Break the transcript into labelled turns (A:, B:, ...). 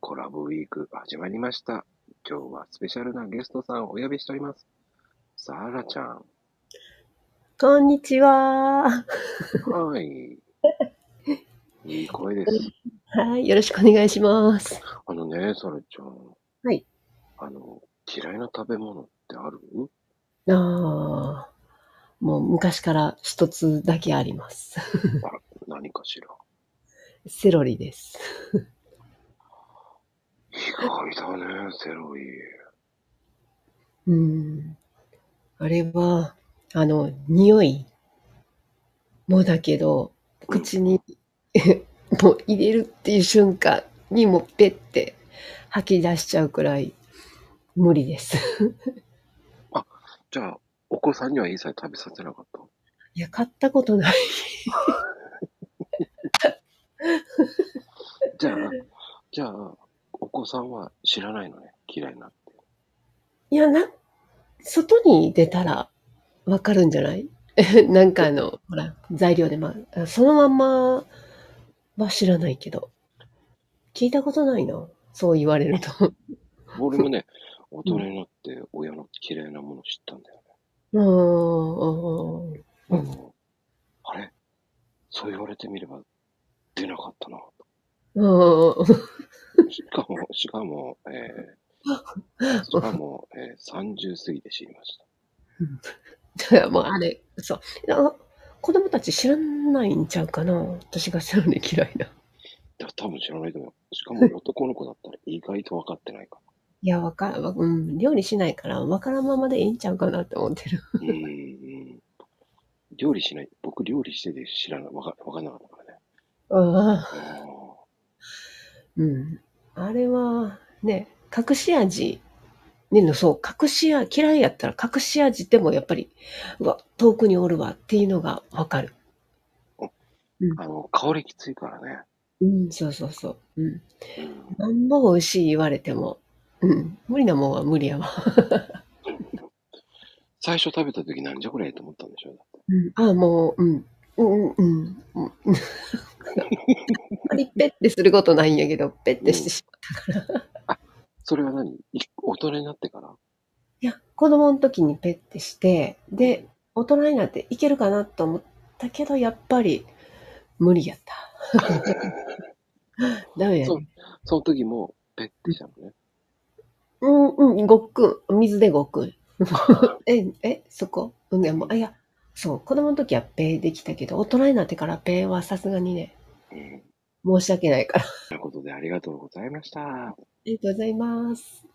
A: コラボウィーク始まりました。今日はスペシャルなゲストさんをお呼びしております。さあらちゃ ん。
B: こんにちは。
A: はい。いい声です。
B: はい、よろしくお願いします。
A: あのね、さらちゃん。
B: はい。
A: あの、嫌いな食べ物ってある
B: ああ、もう昔から一つだけあります。
A: 何かしら。
B: セロリです。
A: 意外だね、セロリ。
B: うん。あれは、あの、匂いもだけど、口に もう入れるっていう瞬間にもうペッて吐き出しちゃうくらい無理です。
A: じゃあ、お子さんには一切食べさせなかった
B: いや、買ったことない。
A: じ ゃあ、じゃあ、お子さんは知らないのね、嫌いなって。
B: いや、な、外に出たらわかるんじゃない なんかあの、ほら、材料で、まあ、そのまんまは知らないけど。聞いたことないな。そう言われると。
A: 俺もね、大人になって親の嫌いなもの知ったんだよ
B: うーん。
A: ね。
B: うん
A: あのあれそう言われてみれば出なかった な。
B: う ーん。
A: しかも、しかも、え ー、しかも、えー、30過ぎて知りました。
B: だからもうあれ、そう。あ子供たち知らないんちゃうかな。私が知らない嫌いな。
A: いや、多分知らないと思う。しかも男の子だったら意外と分かってないか
B: いや、わかる、わうん、料理しないから、わからんままでいいんちゃうかなって思ってる。
A: ら。うん、うん。料理しない。僕料理してて知らない。分か分かんなかったからね。
B: ああ。
A: あー
B: うん。あれは、ね、隠し味。ね、そう、隠し味、嫌いやったら隠し味でもやっぱり、うわ、遠くにおるわっていうのがわかる。
A: あの、香りきついからね。
B: うん、そうそうそう。うん。なんぼ美味しい言われても、うん、無理なもんは無理やわ。
A: 最初食べた時なんじゃこれと思ったんでしょ
B: うん、ああ、もう、うん、うん、うん、うん。 うんあんまりペッてすることないんやけど、ペッてしてしまったから。
A: それは何い大人になってから
B: いや、子供の時にペッてして、で、、大人になっていけるかなと思ったけど、やっぱり無理やった。 ダメや
A: そう
B: ね。
A: その時もペッてしたの ね。
B: うんうん、ごっくん。水でごっくん。え、え、そこうん、いやもう、あ、いや、そう、子供の時はペーできたけど、大人になってからペーはさすがにね、
A: うん。
B: 申し訳ないから。あ
A: ということでありがとうございました。
B: りがとうございます。